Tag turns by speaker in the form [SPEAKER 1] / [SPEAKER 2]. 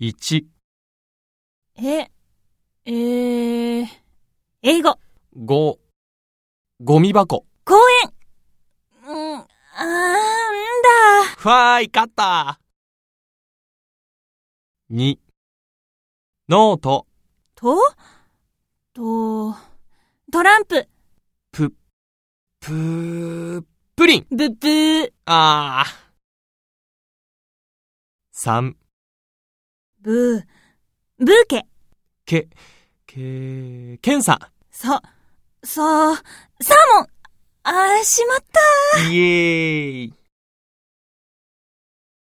[SPEAKER 1] 1、
[SPEAKER 2] え、えー、英語、
[SPEAKER 1] 5、ゴミ箱。
[SPEAKER 2] 公園。うん、あーんだ。
[SPEAKER 1] わーい、勝った2、ノート、
[SPEAKER 2] と、と、トランプ、
[SPEAKER 1] ぷ、ぷー、プリン。
[SPEAKER 2] ブッブー、
[SPEAKER 1] あー。3、
[SPEAKER 2] ブー、ブーケ、
[SPEAKER 1] け、け、検査。
[SPEAKER 2] そ、そう、サーモン。あー、しまった。
[SPEAKER 1] イエーイ